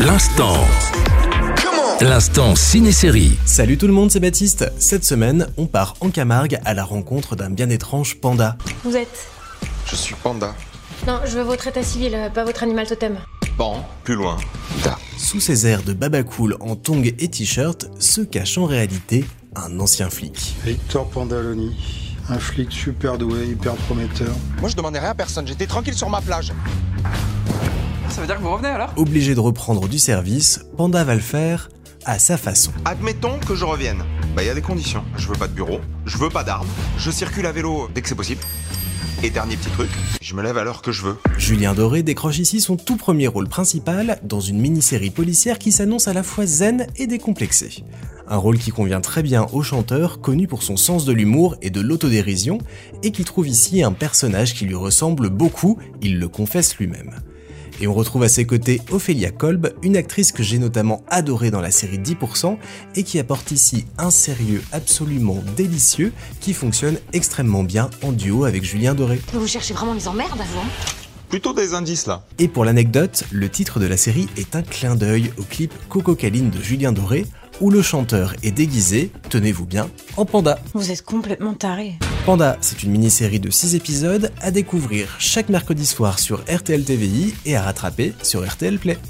L'instant. L'instant ciné-série. Salut tout le monde, c'est Baptiste. Cette semaine, on part en Camargue à la rencontre d'un bien étrange panda. Vous êtes Je suis panda. Non, je veux votre état civil, euh, pas votre animal totem. Pan, plus loin. Da. Sous ses airs de babacool en tongs et t-shirt, se cache en réalité un ancien flic. Victor Pandaloni, un flic super doué, hyper prometteur. Moi, je demandais rien à personne. J'étais tranquille sur ma plage. Ça veut dire que vous revenez alors Obligé de reprendre du service, Panda va le faire à sa façon. Admettons que je revienne. Bah, il y a des conditions. Je veux pas de bureau, je veux pas d'armes, je circule à vélo dès que c'est possible. Et dernier petit truc, je me lève à l'heure que je veux. Julien Doré décroche ici son tout premier rôle principal dans une mini-série policière qui s'annonce à la fois zen et décomplexée. Un rôle qui convient très bien au chanteur, connu pour son sens de l'humour et de l'autodérision, et qui trouve ici un personnage qui lui ressemble beaucoup, il le confesse lui-même. Et on retrouve à ses côtés Ophélia Kolb, une actrice que j'ai notamment adorée dans la série 10% et qui apporte ici un sérieux absolument délicieux qui fonctionne extrêmement bien en duo avec Julien Doré. Vous cherchez vraiment les emmerdes, vous hein Plutôt des indices là. Et pour l'anecdote, le titre de la série est un clin d'œil au clip Coco Caline de Julien Doré où le chanteur est déguisé, tenez-vous bien, en panda. Vous êtes complètement taré. Panda, c'est une mini-série de 6 épisodes à découvrir chaque mercredi soir sur RTL TVI et à rattraper sur RTL Play.